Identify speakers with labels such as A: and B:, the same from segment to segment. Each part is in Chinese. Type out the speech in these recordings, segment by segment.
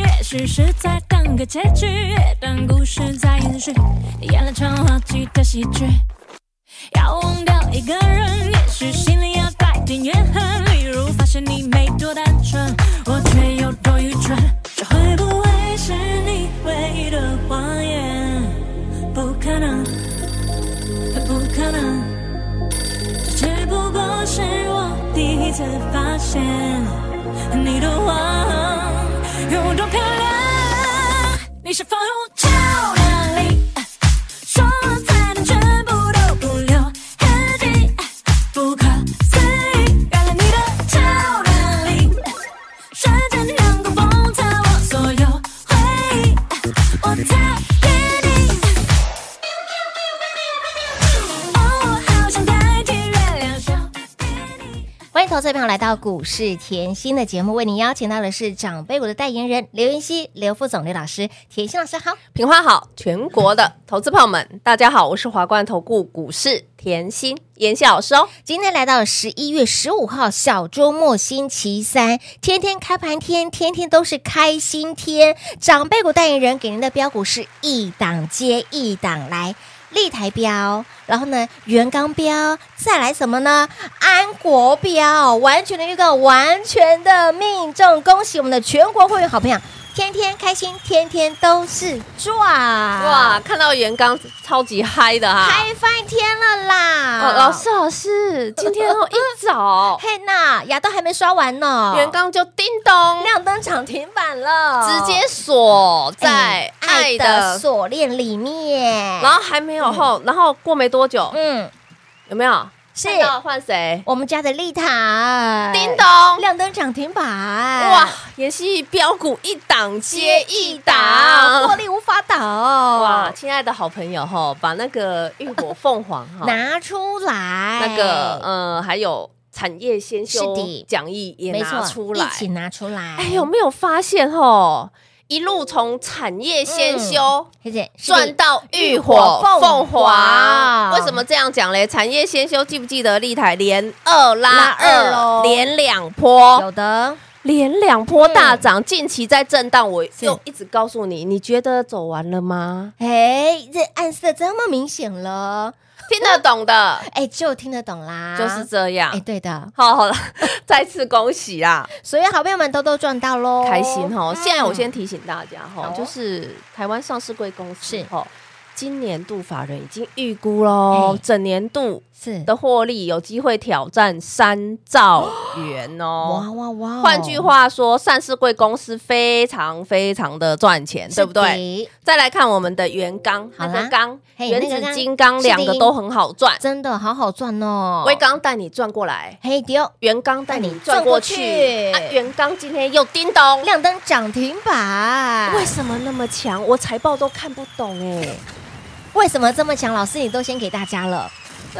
A: 也许是在等个结局，但故事在延续，演了场滑稽的喜剧。要忘掉一个人，也许心里要带点怨恨，例如发现你没多单纯，我却有多愚蠢。这会不会是你唯一的谎言？不可能，不可能，这只不过是我第一次发现你的谎有多漂亮。你是否有超能力？说了才能全部都不留痕迹，不可思议！原来你的超能力，瞬间能够崩塌我所有回忆，我讨厌你。哦，好想代替月亮笑给你。
B: 欢迎投资者朋友来到股市甜心的节目，为您邀请到的是长辈股的代言人刘云熙、刘副总、刘老师。甜心老师好，
C: 平花好，全国的投资朋友们，大家好，我是华冠投顾股市甜心妍希老师哦。
B: 今天来到十一月十五号小周末星期三，天天开盘天，天天都是开心天。长辈股代言人给您的标股是一档接一档来。立台标，然后呢，元刚标，再来什么呢？安国标，完全的预告，完全的命中，恭喜我们的全国会员好朋友，天天开心，天天都是赚，啊
C: 哇，，看到袁刚超级嗨的哈、
B: 开翻天了啦！
C: 哦，老师老师，今天哦一早
B: 嘿娜，牙都还没刷完呢，
C: 袁刚就叮咚
B: 哦亮灯涨停板了，
C: 直接锁在
B: 哎
C: 爱
B: 爱
C: 的
B: 的，锁链里面，
C: 然后还没有后，然后过没多久，
B: 嗯，
C: 有没有？
B: 是
C: 看到换谁？
B: 我们家的丽塔，
C: 叮咚，
B: 亮灯涨停板，
C: 哇，妍希标股一档接一档
B: 获。利无法倒，
C: 哇，
B: 哇，
C: 亲爱的好朋友哈，把那个浴火凤凰 哈，
B: 拿出来
C: 那个呃，还有产业先修
B: 是的
C: 讲义也
B: 没
C: 拿
B: 错，
C: 出
B: 一
C: 来。
B: 起拿出来，
C: 哎，有没有发现哈？一路从产业先修。
B: 谢谢，是的
C: 赚到浴火凤
B: 凤凰
C: 凰，为什么这样讲嘞？产业先修，记不记得立台连二拉
B: 拉二咯
C: 二，哦连两波，
B: 有嗯的，
C: 连两波大涨，近期在震荡，我又一直告诉你，你觉得走完 了吗？
B: 哎，这暗示的这么明显了，
C: 听得懂的，
B: 哎，就听得懂啦，
C: 就是这样
B: 哎，。对的，
C: 好好了， 再次恭喜啦，
B: 所以好朋友们都都赚到喽，
C: 开心哈！
B: 嗯
C: 现在我先提醒大家哈
B: 好，哦
C: 就是台湾上市贵公司
B: 是
C: 哈，今年度法人已经预估喽
B: 哎，
C: 整年度
B: 是
C: 的获利有机会挑战三兆元
B: 哇
C: 哦。
B: 哇哇！
C: 换句，话说，上市贵公司非常非常的赚钱，对不对？？再来看我们的元刚，
B: 好
C: 那
B: 啦
C: 个刚、
B: 嘿
C: 原
B: 那个
C: 子
B: 刚
C: 金刚两
B: 是
C: 个
B: 的
C: 都很好赚，
B: 真的好好赚哦！
C: 威，刚带你赚过来，
B: 嘿丢，
C: 元刚带你转过去
B: 哎转过去，
C: 啊，元刚今天又叮咚，
B: 亮灯涨停板，
C: 为什么那么强？我财报都看不 懂哎、
B: 为什么这么强？老师你都先给大家了，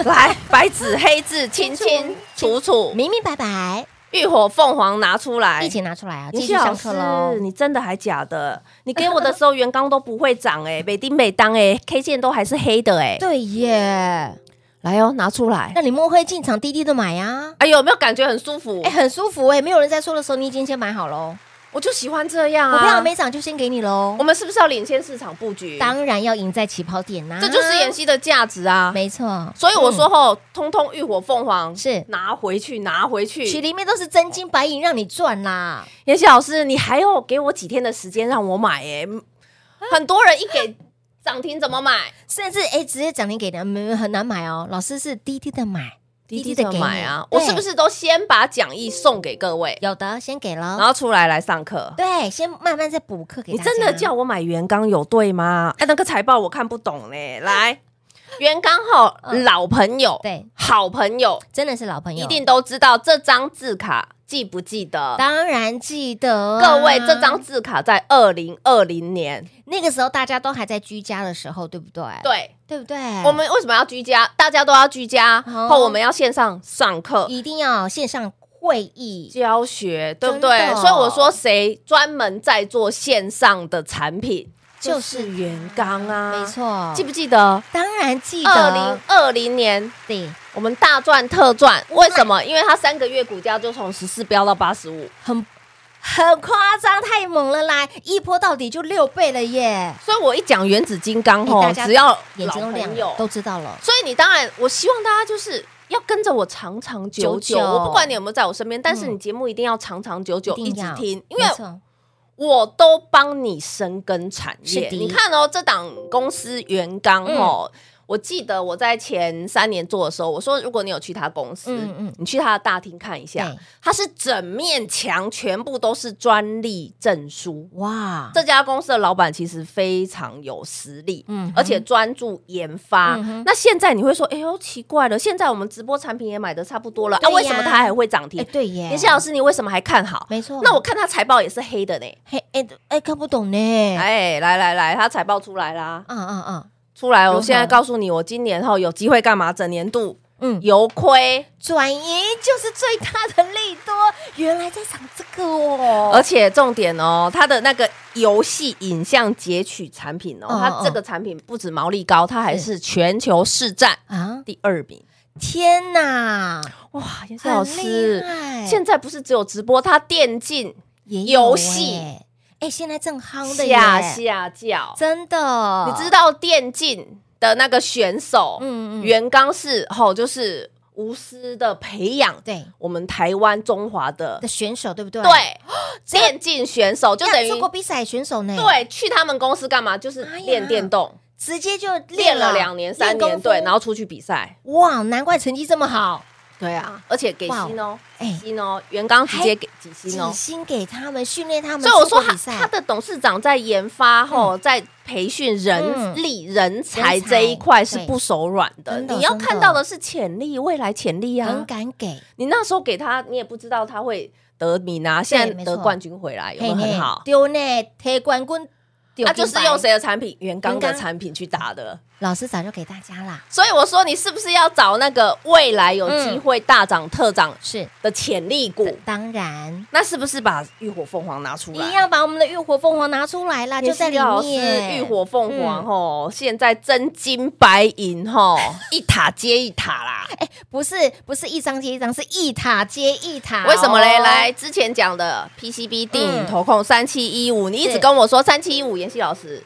C: 来，白纸黑 字，清清楚楚，
B: 明明白白，
C: 浴火凤凰拿出来，
B: 一起拿出来啊！
C: 林
B: 继续
C: 夕老
B: 上
C: 师
B: 课喽。
C: 你真的还假的？你给我的时候，元刚都不会涨哎、 每丁每当哎、k 线都还是黑的哎、
B: 对耶，
C: 来哦，拿出来。
B: 那你莫会进场滴滴的买啊？
C: 哎呦，有没有感觉很舒服？
B: 哎，很舒服哎，没有人在说的时候，你已经先买好喽。
C: 我就喜欢这样
B: 股
C: 啊。
B: 票没涨就先给你喽
C: 我。们是不是要领先市场布局？
B: 当然要赢在起跑点呐，
C: 这就是妍，希的价值啊。
B: 没嗯错。嗯
C: 所以我说嗯吼，通通浴火凤凰
B: 是
C: 拿回去，拿回
B: 嗯，曲
C: 去。
B: 里面都是真金白银让你赚啦。
C: 妍希老师，你还要给我几天的时间让我买耶、很多人一 给涨停怎么买？
B: 甚至哎、直接涨停给的，没很难买哦。老师是滴滴的买，
C: 怎么买啊！
B: 对
C: 我是不是都先把讲义送给各位，
B: 有的先给
C: 然
B: 了？
C: 后出来来上课？
B: 对，先慢慢再补课给
C: 你
B: 大家。
C: 真的叫我买元刚有对吗？哎，那个财报我看不 懂嘞。来，元刚吼
B: 嗯
C: 老朋友，
B: 对，
C: 好朋友
B: 真的是老朋友，
C: 一定都知道这张字卡，记不记得？
B: 当然记得啊、
C: 各位，这张字卡在二零二零年，
B: 那个时候大家都还在居家的时候，对不对？，
C: 对，
B: 对不对？
C: 我们为什么要居家？大家都要居家，
B: 哦
C: 后我们要线上上课。
B: 一定要线上会议，
C: 教学对不
B: 真
C: 对？
B: 的
C: 所以我说，谁专门在做线上的产品，
B: 就
C: 就是是元刚啊，
B: 没，错
C: 记，不记得？
B: 当然记
C: 二
B: 得
C: 零，二零年
B: 对，
C: 我们大赚特赚，为什么？因为它三个月股价就从十四飙到八十五，
B: 很很夸张，太猛了啦！一波到底就六倍了耶！
C: 所以我一讲原子金刚
B: 哎
C: 吼
B: 大，家
C: 只要
B: 眼睛都亮
C: 老朋
B: 了
C: 友，
B: 都知道了。
C: 所以你当然，我希望大家就是要跟着我长长久
B: 久
C: 久。
B: 久
C: 我不管你有没有在我身边，但是
B: 嗯
C: 你节目一定要长长久久，一
B: 定
C: 直
B: 要
C: 听，因
B: 没
C: 为
B: 错
C: 我都帮你深耕产业。
B: 是的嗯
C: 你看哦，这档公司原刚哦。我记得我在前三年做的时候，我说如果你有去他公司，
B: 嗯嗯
C: 你去他的大厅看一下
B: 对，
C: 它是整面墙全部都是专利证书。
B: 哇，
C: 这家公司的老板其实非常有实力，
B: 嗯
C: 嗯，而且专注研发。
B: 嗯哼
C: 那现在你会说，哎呦，奇怪了，现在我们直播产品也买的差不多了，
B: 对
C: 啊，
B: 呀
C: 为什么它还会涨停
B: 哎，？对耶，
C: 妍希老师，你为什么还看好？
B: 没错
C: 那我看它财报也是黑的呢。
B: 嘿，哎哎，看不懂呢。
C: 哎，来来来，它财报出来啦，
B: 嗯嗯嗯，
C: 出来！
B: 如
C: 我
B: 何
C: 现在告诉你，我今年后有机会干嘛？整年度
B: 嗯
C: 由亏，
B: 转移就是最大的利多，原来在讲这个哦。
C: 而且重点哦，它的那个游戏影像截取产品哦，
B: 嗯
C: 它这个产品不止毛利高，它还是全球市占
B: 啊，
C: 第二名。
B: 天哪，
C: 哇，妍希
B: 很
C: 老
B: 厉
C: 师，
B: 害！
C: 现在不是只有直播，它电竞
B: 也有
C: 游戏
B: 哎哎，现在正夯的
C: 下
B: 耶，
C: 下叫，
B: 真的，
C: 你知道电竞的那个选手，
B: 嗯嗯
C: 袁刚是吼，就是无私的培养
B: 对
C: 我们台湾中华的
B: 的选手对不对？
C: 对电竞选手，就
B: 要
C: 等于
B: 出国比赛的选手呢，，
C: 对去他们公司干嘛？就是
B: 哎呀
C: 练电动，
B: 直接就
C: 练了两年三年，对，然
B: 后
C: 后出去比赛。
B: 哇，难怪成绩这么好，
C: 对啊，而且给
B: 哇
C: 薪哦，
B: 哎
C: 给薪哦，袁刚直接给几
B: 几
C: 薪哦，
B: 星给他们训练他们，
C: 所以我说
B: 出国
C: 他
B: 比赛嗯
C: 他的董事长在研发后，在培训人力、人才这一块是不手软的。
B: 真的
C: 你要
B: 真的
C: 看到的是潜力，未来潜力
B: 很
C: 啊！
B: 敢给，
C: 你那时候给他，你也不知道他会得名啊。现
B: 没
C: 在
B: 错
C: 得冠军回来有没有
B: 嘿
C: 很
B: 嘿
C: 好？
B: 丢呢，铁冠军，丢
C: 他就是用
B: 金
C: 谁的产品？原刚
B: 原
C: 的
B: 刚
C: 产品去打的。
B: 牌老师早就给大家啦，
C: 所以我说，你是不是要找那个未来有机会大涨特涨
B: 嗯是
C: 的潜力股？
B: 当然。
C: 那是不是把浴火凤凰拿出来？啊
B: 一样把我们的浴火凤凰拿出来啊啦，就在里面。嗯
C: 浴哦火凤凰吼，现在真金白银吼，一塔接一塔啦。
B: 不是不是一张接一张，是一塔接一塔哦。嗯
C: 为什么嘞？来，之前讲的 PCB 定影投控三七一五，你一直跟我说三七一五，妍希老师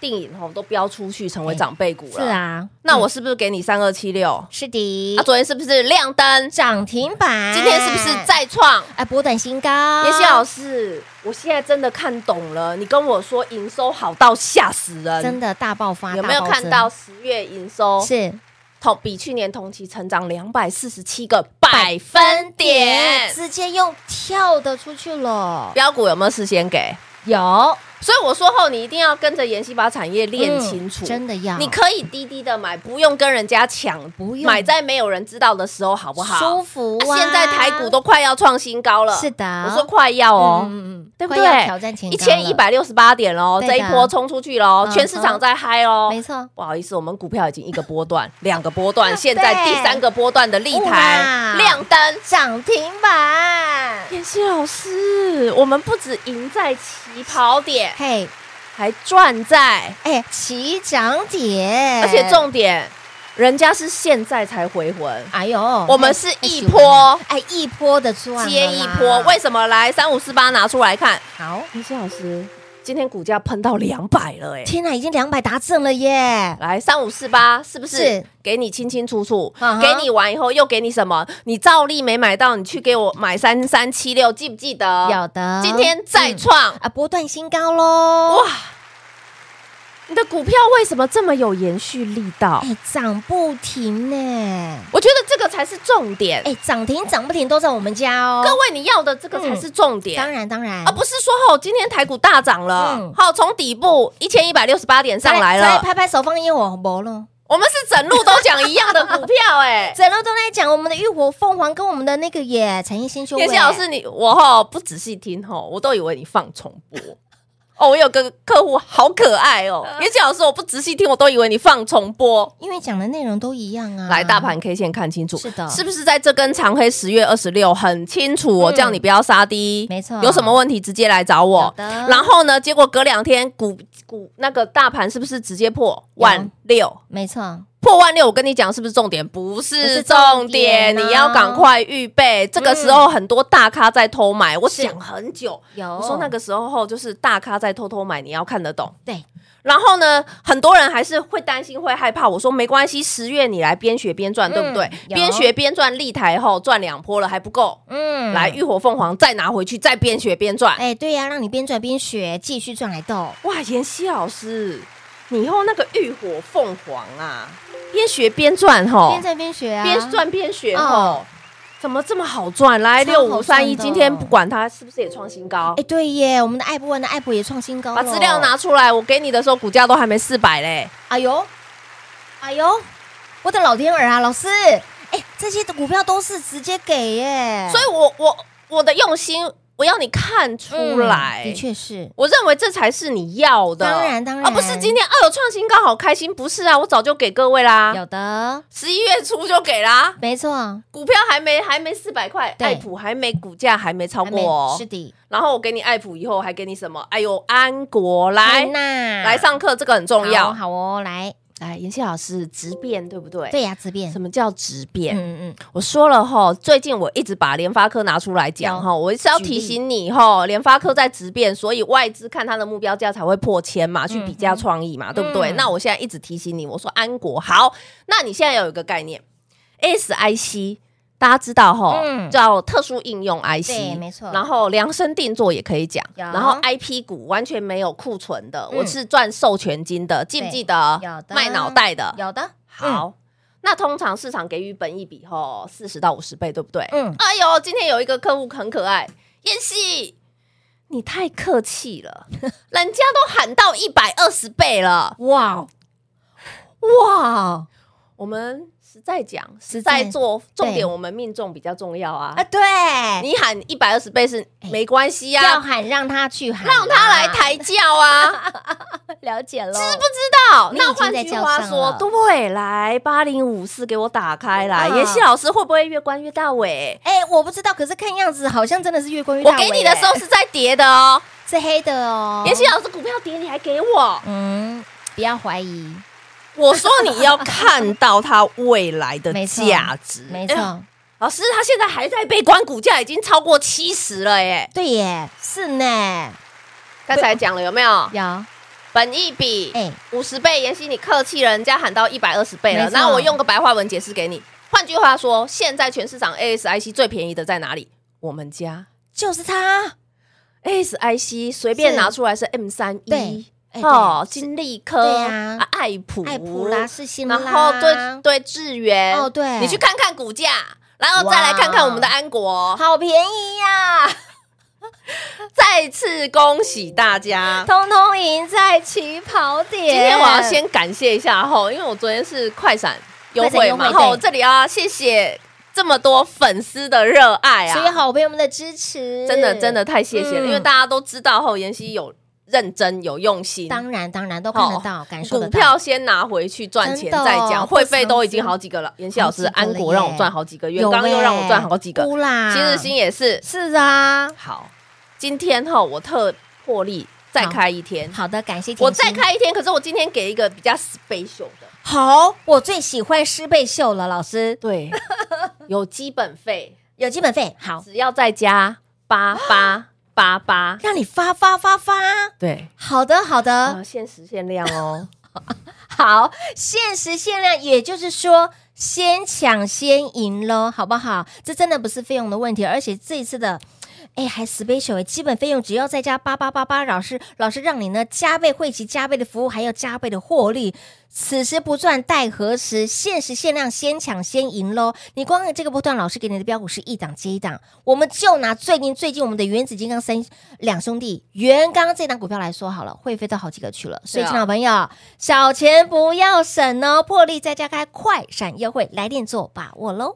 C: 定影吼都标出去成为长辈股了。
B: 哎是，啊，
C: 那我是不是给你三二七六？
B: 是的
C: 啊，，昨天是不是亮灯？
B: 涨停板。
C: 今天是不是再创？
B: 哎波段新高？
C: 妍希老师，我现在真的看懂了，你跟我说营收好到吓死人，
B: 真的大爆发，
C: 有没有
B: 大暴增
C: 看到？十月营收
B: 是
C: 同比去年同期成长两百四十七个百分点。
B: 直接用跳的出去了。嗯
C: 标股有没有事先给？
B: 有
C: 所以我说后，你一定要跟着妍希把产业练清楚。
B: 嗯真的要
C: 你可以低低的买，不用跟人家抢，
B: 不用
C: 买在没有人知道的时候，好不好？
B: 舒服啊！
C: 现在台股都快要创新高了，
B: 是的
C: 我说快要哦。
B: 嗯，嗯嗯
C: 对不
B: 快要
C: 对？
B: 挑战前
C: 一千一，百六十八点喽，
B: 对的
C: 这一波冲出去喽
B: 嗯，
C: 全市场在嗨哦。
B: 没错，
C: 不好意思，我们股票已经一个波段、两个波段，
B: 对
C: 现在第三个波段的立
B: 哇
C: 台亮灯。
B: 涨停板。
C: 妍希老师，我们不止赢在起跑点，
B: 嘿，
C: 还赚在，
B: 哎，起涨点，
C: 而且重点，人家是现在才回魂，
B: 哎呦，
C: 我们
B: 哎
C: 是
B: 哎
C: 一
B: 喜欢
C: 波
B: 哎一波的赚了啦，
C: 接一波。为什么来三五四八拿出来看？
B: 好，
C: 妍希老师，今天股价喷到两百了，哎，
B: 天哪，已经两百达正了耶！
C: 来三五四八是不是？
B: 是
C: 给你清清楚楚
B: 嗯哼
C: 给你完以后又给你什么？你照例没买到，你去给我买三三七六，记不记得？
B: 有的，
C: 今天再
B: 嗯
C: 创、
B: 啊波段新高喽！
C: 哇！你的股票为什么这么有延续力道？
B: 哎，涨不停呢！
C: 我觉得这个才是重点。
B: 哎，涨停涨不停都在我们家哦。
C: 各位，你要的这个才是重点。
B: 嗯当然当然，
C: 而不是说哦，今天台股大涨了
B: 嗯，
C: 好、从底部一千一百六十八点上来
B: 再
C: 了，
B: 拍拍手放烟火，没了。
C: 我们是整路都讲一样的股票、 哎，
B: 整路都在讲我们的浴火凤凰跟我们的那个耶产业新修。
C: 叶谢老师你，我吼不仔细听吼，我都以为你放重播。哦，我有个客户好可爱哦，
B: 嗯
C: 袁启老师，我不仔细听，我都以为你放重播。
B: 因为讲的内容都一样啊。
C: 来，大盘 K 线看清楚，
B: 是的
C: 是不是在这根长黑十月二十六很清楚哦？
B: 嗯
C: 这样你不要杀低，
B: 没错
C: 有什么问题直接来找我
B: 好。的
C: 然后呢，结果隔两天股股那个大盘是不是直接破
B: 有
C: 万六？
B: 没错，
C: 破万六，我跟你讲，是不是重点？不
B: 是
C: 是
B: 重
C: 重点，
B: 点啊
C: 你要赶快预备。这个时候很多大咖在偷买，我
B: 嗯是
C: 想很久，
B: 有
C: 我说那个时候就是大咖在偷偷买，你要看得懂。
B: 对，
C: 然后呢，很多人还是会担心、会害怕。我说没关系，十月你来边学边赚，对不对？
B: 嗯有
C: 边学边赚，立台后赚两波了还不够，
B: 嗯
C: 来浴火凤凰再拿回去，再边学边赚。
B: 哎，对呀、让你边赚边学，继续赚来斗。
C: 哇，妍希老师，你以后那个浴火凤凰啊，边学边赚吼，
B: 边赚边学啊，
C: 边赚边学
B: 哦
C: 哦。怎么这么好赚？来
B: 超
C: 六
B: 好
C: 五
B: 赚
C: 三
B: 的
C: 一，今天不管它是不是也创新高
B: 哎，，对耶，我们的爱不完的爱普也创新高，
C: 把资料。拿出来，我给你的时候股价都还没四百嘞。
B: 哎呦，哎呦，我的老天儿啊，老师，哎，这些的股票都是直接给耶，
C: 所以我我我的用心，我要你看出来。
B: 嗯的，确是
C: 我认为这才是你要的。啊
B: 当然当然
C: 而不是今天二有创新高，好开心。不是啊，我早就给各位啦，
B: 有的，
C: 十一月初就给啦。
B: 没错，
C: 股票还没还没四百块，
B: 对
C: 爱普还没股价还没超
B: 还
C: 过
B: 没
C: 哦。
B: 是的，
C: 然后我给你爱普以后，还给你什么？哎呦，安国来
B: 那
C: 来上课，这个很重
B: 好
C: 要。
B: 好哦，来，
C: 来，妍希老师，直变对不对？
B: 对。呀，自变，
C: 什么叫直变？
B: 嗯嗯，
C: 我说了哈，最近我一直把联发科拿出来讲哈，我是要提醒你哈，联发科在直变，所以外资看它的目标价才会破千嘛，去比价创意嘛，对不对？
B: 嗯
C: 那我现在一直提醒你，我说安国好，那你现在有一个概念，SIC。大家知道哈，
B: 嗯
C: 叫特殊应用 IC，
B: 对没错
C: 然后量身定做也可以讲，
B: 有
C: 然后 IP 股完全没有库存的，
B: 嗯
C: 我是赚授权金的，记不记得？
B: 有的
C: 卖脑袋的，
B: 有的，
C: 好，嗯那通常市场给予本益比后四十到五十倍，对不对？
B: 嗯
C: 哎呦，今天有一个客户很可爱，燕西，你太客 气了，人家都喊到一百二十倍了，
B: 哇哇
C: 我们实在讲，实
B: 在
C: 在做，重
B: 对
C: 点我们命中比较重要啊
B: 啊，。对，哎
C: 你喊一百二十倍是没关系
B: 要
C: 呀、啊，
B: 喊让他去喊，
C: 让他来抬轿啊。
B: 了解了，
C: 到
B: 你已
C: 那
B: 经
C: 换
B: 在
C: 句
B: 轿
C: 话
B: 上
C: 说
B: 了，
C: 对，来八零五四给我打开来，
B: 啊
C: 妍希老师会不会越关越大尾？
B: 哎，我不知道，可是看样子好像真的是越过越
C: 我
B: 大
C: 给
B: 尾
C: 你的
B: 耶
C: 时候是在叠的哦，
B: 是黑的哦，
C: 妍希老师股票叠你还给我，
B: 嗯，不要怀疑，
C: 我说你要看到它未来的
B: 没错
C: 价值，
B: 没
C: 哎呦。
B: 错，
C: 老师，他现在还在被关，股价已经超过七十了耶。
B: 对耶，是呢，
C: 刚才讲了有没有？
B: 有，
C: 本益比
B: 哎
C: 五十倍，妍希你客气了，人家喊到一百二十倍
B: 没
C: 了。
B: 错
C: 那我用个白话文解释给你。换句话说，现在全市场 ASIC 最便宜的在哪里？我们家
B: 就是它，
C: ASIC 随便
B: 是
C: 拿出来是 M 三
B: 对
C: 一
B: 哎
C: 哦，
B: 对
C: 金利科
B: 对啊
C: 爱普
B: 爱普啦，世新啦，
C: 然后对对智源
B: 哦对
C: 你去看看股价，然后再来看看我们的安国。
B: 好便宜呀、
C: 再次恭喜大家！
B: 通通赢在起跑点。
C: 今天我要先感谢一下吼，因为我昨天是快闪优惠
B: 快闪
C: 嘛，
B: 优惠对
C: 吼，这里要谢谢这么多粉丝的热爱
B: 所以
C: 啊，
B: 好朋友们的支持，
C: 真的真的，太谢谢了，
B: 嗯
C: 因为大家都知道吼，妍希有认真有用心，哦
B: 当然当然都看得到，感受
C: 股
B: 得到。
C: 票先拿回去赚钱
B: 真的哦
C: 再讲，
B: 不
C: 会费都
B: 伤
C: 已经
B: 心
C: 好几个了。妍希老师，
B: 好几个了
C: 安国
B: 耶
C: 让我赚好几个，元
B: 有
C: 刚又
B: 欸
C: 让我赚好几个，
B: 哭啦，
C: 新日新也是。
B: 是啊。
C: 好，今天哈我特破例再
B: 好
C: 开一天，
B: 好的，感谢甜心
C: 我再开一天，可是我今天给一个比较 special 的，
B: 好，我最喜欢师倍秀了，老师
C: 对，有基本费，
B: 有基本费，好，
C: 只要再加八八八八，
B: 让你发发发发。
C: 对，
B: 好的，好的，
C: 啊，限时限量 哦。
B: 好，限时限量，也就是说先抢先赢喽，好不好？这真的不是费用的问题，而且这一次的。哎，还 special 哎，基本费用只要再加八八八八，老师老师让你呢加倍汇集、加倍的服务，还有加倍的获利。此时不赚待何时？限时限量，先抢先赢喽！你光看这个波段，老师给你的标股是一档接一档。我们就拿最近最近我们的原子金刚三两兄弟元刚这档股票来说好了，会飞到好几个去了。所以，
C: 对啊
B: 亲老朋友，小钱不要省哦，破例再加开快闪优惠，来电做把握喽！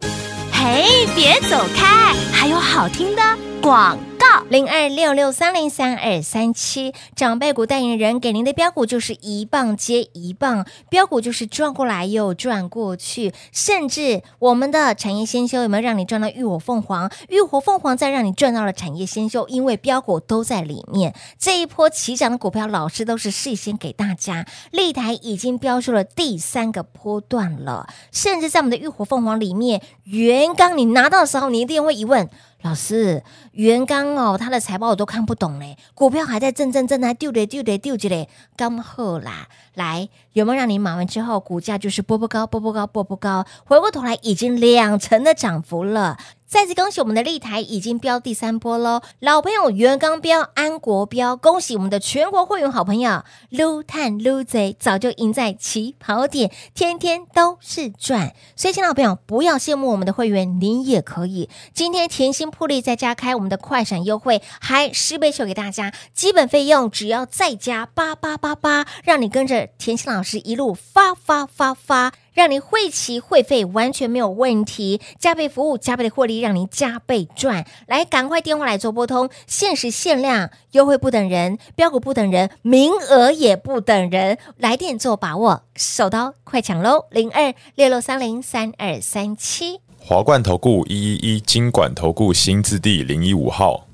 D: 嘿，别走开，还有好听的广告。
B: 零二六六三零三二三七，长辈股代言人给您的标股就是一棒接一棒，标股就是转过来又转过去，甚至我们的产业先修有没有让你赚到浴火凤凰？浴火凤凰再让你赚到了产业先修，因为标股都在里面。这一波起涨的股票，老师都是事先给大家，立台已经标出了第三个波段了，甚至在我们的浴火凤凰里面，元刚你拿到的时候，你一定会疑问。老师，元刚哦，他的财报我都看不懂嘞，股票还在震震震，还丢嘞丢嘞丢起嘞，刚好啦。来，有没有让你买完之后股价就是波波高，波波高，波波高？回过头来已经两成的涨幅了。再次恭喜我们的立台已经标第三波喽，老朋友元刚标、安国标，恭喜我们的全国会员好朋友撸探撸贼，早就赢在起跑点，天天都是赚。所以，亲爱的朋友，不要羡慕我们的会员，您也可以。今天甜心铺力再加开我们的快闪优惠，还十哎倍秀给大家，基本费用只要再加八八八八，让你跟着甜心老师一路发发发发。让你汇齐会费完全没有问题，加倍服务，加倍的获利，让您加倍赚。来，赶快电话来做拨通，限时限量，优惠不等人，标股不等人，名额也不等人，来电做把握，手刀快抢喽！零二六六三零三二三七。
E: 华冠投顾一一一金管投顾新字第零一五号，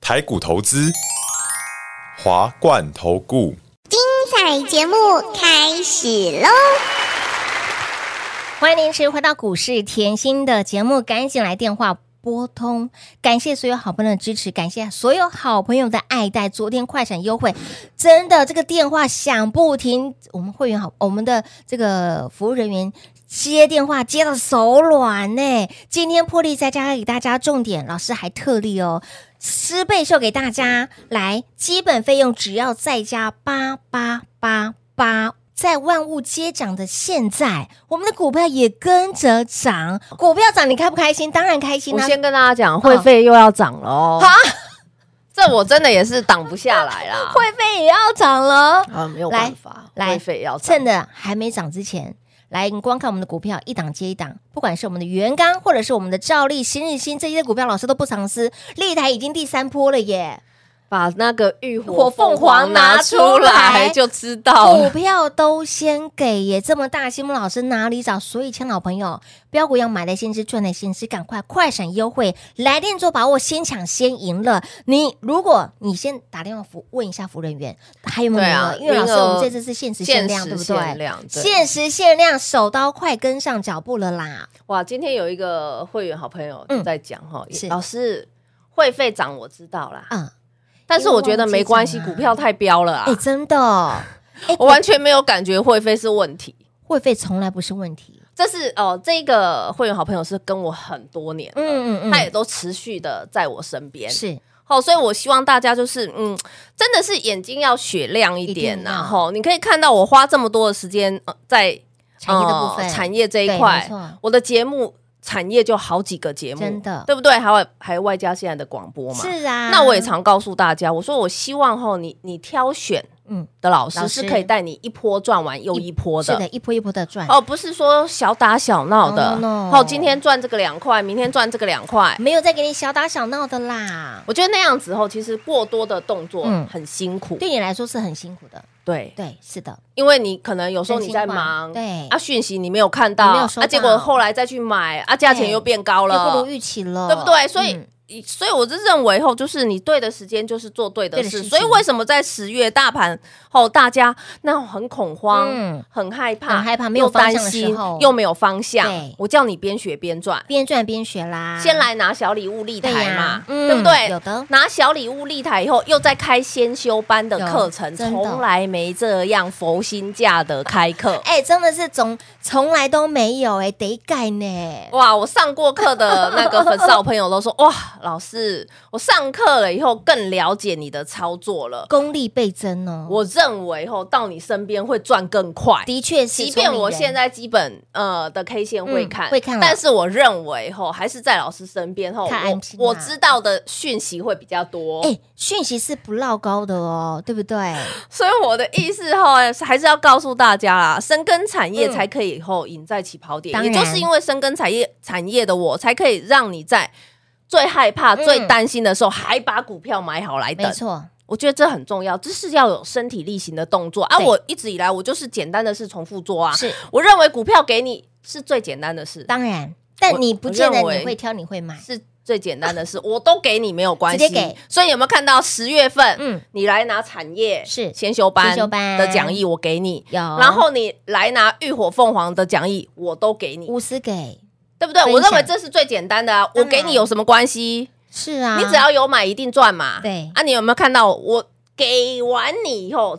E: 台股投资，华冠投顾。
F: 彩节目开始喽！
B: 欢迎您持续回到股市甜心的节目，赶紧来电话拨通。感谢所有好朋友的支持，感谢所有好朋友的爱戴。昨天快闪优惠，真的这个电话响不停，我们会员好，我们的这个服务人员。接电话接到手软呢、今天破例在家给大家重点，老师还特例哦，十倍秀给大家来，基本费用只要再加八八八八。在万物皆涨的现在，我们的股票也跟着涨。股票涨，你开不开心？当然开心啊
C: 我
B: 啦、
C: 先跟大家讲，会费又要涨了哦。
B: 好，
C: 嗯这我真的也是挡不下来啦。
B: 会费也要涨了。
C: 啊，没有
B: 来
C: 办法，
B: 来
C: 会费也要涨
B: 趁着还没涨之前，来，你光看我们的股票一档接一档，不管是我们的元刚，或者是我们的兆利、新日新这些股票，老师都不藏私。立台已经第三波了耶，
C: 把那个浴
B: 火
C: 火
B: 凤
C: 凤
B: 凰
C: 凰
B: 拿
C: 拿
B: 出
C: 出
B: 来
C: 来就知道
B: 股
C: 了。
B: 票都先给耶，这么大，新木老师哪里找？所以，亲老朋友，标股要买的先知，赚的先知，赶快快闪优惠，来电做把握，先抢先赢了。你如果你先打电话服问一下服务人员还有没有名
C: 对
B: 额，
C: 啊
B: 因为老师
C: 名额
B: 我们这次是限时限量，对
C: 限时
B: 不对？
C: 限量对
B: 限时限量，手刀快跟上脚步了啦！
C: 哇，今天有一个会员好朋友
B: 嗯
C: 在讲哈
B: 是，
C: 老师会费涨我知道啦，
B: 啊，
C: 但是我觉得没关系，
B: 因为忘记
C: 股
B: 涨啊
C: 票太飙了啊
B: 哎、，真的哦，哎、
C: 我完全没有感觉会费是问题。
B: 会费从来不是问题。
C: 这是哦、这个会员好朋友是跟我很多年了，
B: 嗯嗯嗯
C: 他也都持续的在我身边，
B: 是
C: 好、所以我希望大家就是，嗯，真的是眼睛要雪亮一点
B: 一定
C: 呐、
B: 要
C: 啊，吼你可以看到我花这么多的时间、呃、在
B: 产业的部分，
C: 呃产业这
B: 对
C: 一
B: 没
C: 块
B: 错，
C: 我的节目产业就好几个节目，
B: 真的
C: 对不对？还有还有外加现在的广播嘛，
B: 是啊，
C: 那我也常告诉大家，我说我希望吼你你挑选
B: 嗯
C: 的老
B: 老
C: 师
B: 师
C: 是可以带你一波赚完又一波
B: 是
C: 的，
B: 的，一波一波的赚。
C: 哦，不是说小打小闹的
B: No, no, no，
C: 哦，今天赚这个两块，明天赚这个两块，
B: 没有再给你小打小闹的啦。
C: 我觉得那样子后，其实过多的动作
B: 嗯
C: 很辛苦，
B: 对你来说是很辛苦的，
C: 对，
B: 对，是的，
C: 因为你可能有时候你在
B: 真心话
C: 忙，
B: 对
C: 啊，讯息你没有看到，
B: 你没有收到
C: 啊，结果后来再去买，啊，价钱又变高
B: 又不
C: 了
B: 如，预期了，
C: 对不对？所以。
B: 嗯
C: 所以我就认为后就是你对的时间就是做对的
B: 对的事
C: 事，
B: 情
C: 所以为什么在十月大盘后大家那很恐慌、
B: 嗯
C: 很害怕、
B: 很害怕没有
C: 又担
B: 方向的时
C: 心
B: 候
C: 又没有方向
B: 对，
C: 我叫你边学边赚，
B: 边赚边学啦，
C: 先来拿小礼物立
B: 对
C: 台
B: 呀
C: 嘛，
B: 嗯
C: 对不对？
B: 有的
C: 拿小礼物立台以后，又再开先修班的课
B: 有
C: 程，
B: 真的。
C: 从来没这样佛心价的开课
B: 哎，真的是从从来都没有哎，得改呢，
C: 哇！我上过课的那个粉丝啊好朋友都说，哇，老师，我上课了以后更了解你的操作了。
B: 功力倍增哦。
C: 我认为吼到你身边会赚更快。
B: 的确是，
C: 即便我现在基本呃的 K 线会看，
B: 嗯会看了
C: 但是我认为吼还是在老师身边吼，
B: 看安心啊
C: 我我知道的讯息会比较多。
B: 哎，讯息是不落高的哦，对不对？
C: 所以我的意思哈，还是要告诉大家啦，深耕产业才可以以后赢在起跑点，
B: 当然
C: 也就是因为深耕产业产业的我，才可以让你在最害怕、
B: 嗯
C: 最担心的时候，还把股票买好来
B: 没
C: 等。
B: 错，
C: 我觉得这很重要，这是要有身体力行的动作啊！
B: 对
C: 我一直以来我就是简单的事重复做啊，
B: 是
C: 我认为股票给你是最简单的事，
B: 当然，但你不见得
C: 我认为
B: 你会挑，你会买，
C: 是最简单的事，我都给你没有关
B: 直接
C: 系
B: 给。
C: 所以有没有看到十月份，
B: 嗯
C: 嗯，你来拿产业
B: 是
C: 先修班
B: 先修班
C: 的讲义，我给你。
B: 有
C: 然后你来拿浴火凤凰的讲义，我都给你，
B: 无私给
C: 对不对？
B: 分享
C: 我认为这是最简单的啊，
B: 然
C: 我给你有什么关系？
B: 是啊，
C: 你只要有买一定赚嘛。
B: 对
C: 啊，你有没有看到我给完你以后，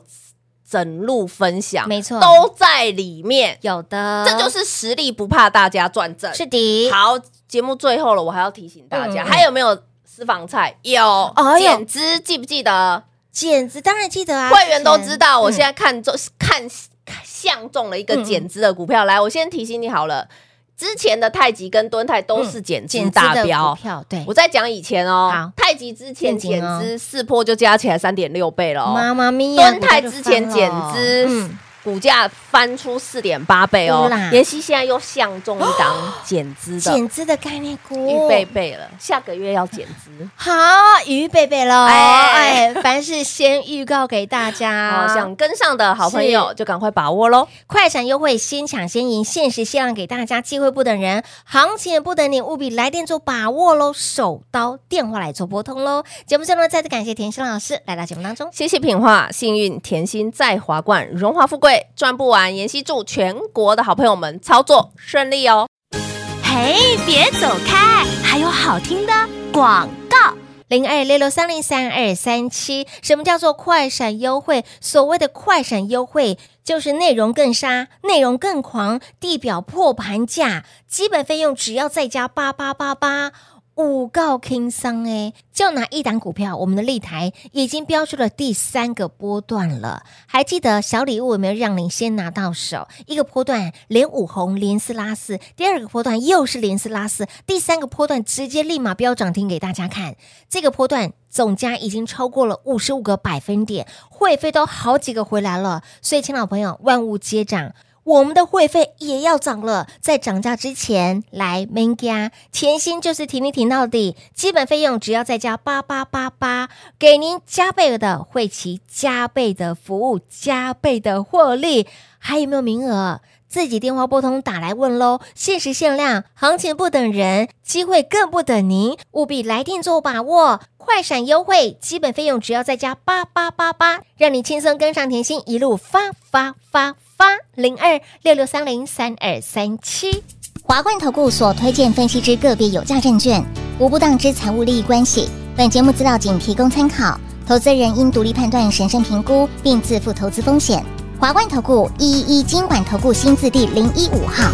C: 整路分享，
B: 没错
C: 都在里面。
B: 有的，
C: 这就是实力不怕大家赚正，
B: 是的，
C: 好，节目最后了，我还要提醒大家，
B: 嗯嗯
C: 还有没有私房菜？有，
B: 哎呦
C: 减资记不记得？
B: 简直当然记得啊，
C: 会员都知道，
B: 嗯
C: 我现在看中看看相中了一个减资的股
B: 嗯
C: 票。来，我先提醒你好了，之前的太极跟敦泰都是减
B: 减
C: 资
B: 资
C: 大
B: 的
C: 标
B: 股。票，对
C: 我，在讲以前
B: 嗯好
C: 哦，太极之前
B: 陷阱
C: 减
B: 哦
C: 资四波就加起来三点六倍了哦，
B: 妈妈咪呀，
C: 敦泰之前减资
B: 嗯，
C: 股价翻出四点八倍哦
B: 呼啦，
C: 妍希现在又相中一档减资的
B: 减哦资的概念股，
C: 预备备了，下个月要减资，
B: 好，鱼贝贝喽！哎
C: 哎，
B: 凡事先预告给大家，
C: 好哦想跟上的好朋友就赶快把握喽！
B: 快闪优惠，先抢先赢，限时限量给大家，机会不等人，行情也不等你，务必来电做把握喽！手刀电话来做拨通喽！节目最后呢，再次感谢田心老师来到节目当中。
C: 谢谢品画，幸运甜心在华冠，荣华富贵赚不完。妍希祝全国的好朋友们操作顺利哦！
D: 嘿，别走开，还有好听的广告。
B: 零二六六三零三二三七。什么叫做快闪优惠？所谓的快闪优惠，就是内容更杀，内容更狂，地表破盘价，基本费用只要再加八八八八。五告 King 商哎，就拿一档股票，我们的立台已经标出了第三个波段了。还记得小礼物有没有让您先拿到手？一个波段连五红连四拉四，第二个波段又是连四拉四，第三个波段直接立马标涨停给大家看。这个波段总价已经超过了五十五个百分点，会费都好几个回来了，所以，亲老朋友，万物皆涨。我们的会费也要涨了，在涨价之前来 m i n 家甜心就是挺你挺到底，基本费用只要再加八八八八，给您加倍的会期、加倍的服务、加倍的获利，还有没有名额？自己电话拨通打来问喽，限时限量，行情不等人，机会更不等您，务必来电做把握，快闪优惠，基本费用只要再加八八八八，让你轻松跟上甜心一路发发发发零二六六三零三二三七。
F: 华冠投顾所推荐分析之个别有价证券，无不当之财务利益关系。本节目资料仅提供参考，投资人应独立判断、审慎评估，并自负投资风险。华冠投顾一一一金管投顾新字第零一五号。